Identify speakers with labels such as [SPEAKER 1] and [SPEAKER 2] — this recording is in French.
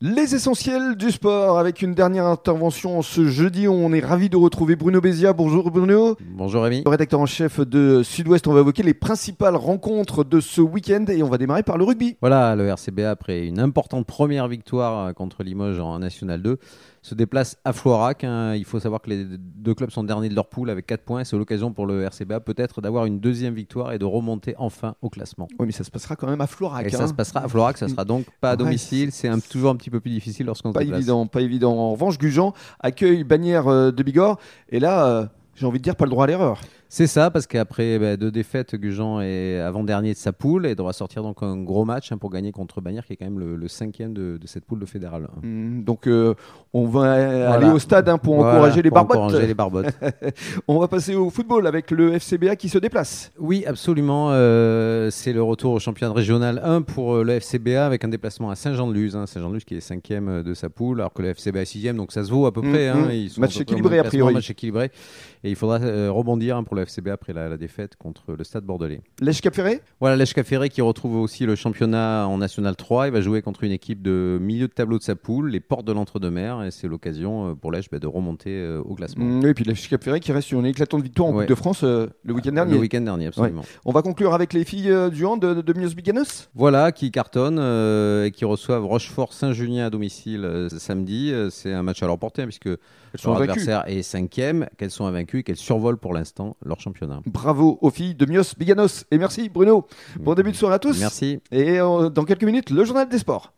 [SPEAKER 1] Les essentiels du sport avec une dernière intervention ce jeudi. On est ravi de retrouver Bruno Bézia. Bonjour Bruno.
[SPEAKER 2] Bonjour Rémi.
[SPEAKER 1] Le rédacteur en chef de Sud-Ouest, on va évoquer les principales rencontres de ce week-end et on va démarrer par le rugby.
[SPEAKER 2] Voilà, le RCBA, après une importante première victoire euh, contre Limoges en National 2, se déplace à Florac. hein. Il faut savoir que les deux clubs sont derniers de leur poule avec 4 points. C'est l'occasion pour le RCBA peut-être d'avoir une deuxième victoire et de remonter enfin au classement.
[SPEAKER 1] Oui, mais ça se passera quand même à Florac.
[SPEAKER 2] Et
[SPEAKER 1] hein.
[SPEAKER 2] ça se passera à Florac, ça sera donc pas à
[SPEAKER 1] Ouais,
[SPEAKER 2] domicile. C'est un- toujours un petit peu plus difficile lorsqu'on se
[SPEAKER 1] Pas
[SPEAKER 2] déplace.
[SPEAKER 1] évident, pas évident. En revanche, Gujan accueille Bannière euh, de Bigorre et là, euh, j'ai envie de dire pas le droit à l'erreur.
[SPEAKER 2] C'est ça, parce qu'après bah, deux défaites, Gujan est avant-dernier de sa poule et devra sortir donc un gros match hein, pour gagner contre Bagnères, qui est quand même le, le cinquième de, de cette poule de Fédéral. un.
[SPEAKER 1] Hmm, Donc euh, on va euh, aller au stade hein, pour encourager
[SPEAKER 2] Voilà,
[SPEAKER 1] les
[SPEAKER 2] pour
[SPEAKER 1] barbottes.
[SPEAKER 2] encourager les barbottes.
[SPEAKER 1] On va passer au football avec le FCBA qui se déplace.
[SPEAKER 2] Oui, absolument. euh, c'est le retour au championnat de régional 1 pour euh, le FCBA avec un déplacement à Saint-Jean-de-Luz. hein. Saint-Jean-de-Luz qui est cinquième euh, de sa poule, alors que le FCBA est sixième, donc ça se vaut à peu
[SPEAKER 1] Mm,
[SPEAKER 2] près. hein.
[SPEAKER 1] mm.
[SPEAKER 2] Ils sont
[SPEAKER 1] Match
[SPEAKER 2] à peu près au
[SPEAKER 1] équilibré,
[SPEAKER 2] même
[SPEAKER 1] a
[SPEAKER 2] classement,
[SPEAKER 1] priori.
[SPEAKER 2] Match équilibré. Et il faudra euh, rebondir hein, pour le FCBA après la, la défaite contre le Stade Bordelais.
[SPEAKER 1] Lèche Cap Ferré
[SPEAKER 2] Voilà, Lèche Caféré qui retrouve aussi le championnat en National 3. Il va jouer contre une équipe de milieu de tableau de sa poule, les Portes de l'Entre-deux-Mers. Et c'est l'occasion euh, pour Lèche bah, de remonter euh, au classement.
[SPEAKER 1] Mm, Et puis la Cap Ferré qui reste sur une éclatante victoire en
[SPEAKER 2] Ouais. Ah,
[SPEAKER 1] Coupe de France euh, le week-end dernier.
[SPEAKER 2] Le week-end dernier, absolument.
[SPEAKER 1] On va conclure avec les filles euh, du hand de, de Mios Biganos.
[SPEAKER 2] Voilà, qui cartonnent euh, et qui reçoivent Rochefort-Saint-Junien à domicile euh, samedi. Euh, C'est un match à leur portée, hein, puisque
[SPEAKER 1] Elles sont
[SPEAKER 2] leur
[SPEAKER 1] vaincues.
[SPEAKER 2] adversaire est cinquième, qu'elles sont invaincues et qu'elles survolent pour l'instant leur championnat.
[SPEAKER 1] Bravo aux filles de Mios Biganos. Et merci Bruno. Bon début de soirée à tous.
[SPEAKER 2] Merci.
[SPEAKER 1] Et euh, dans quelques minutes, le journal des sports.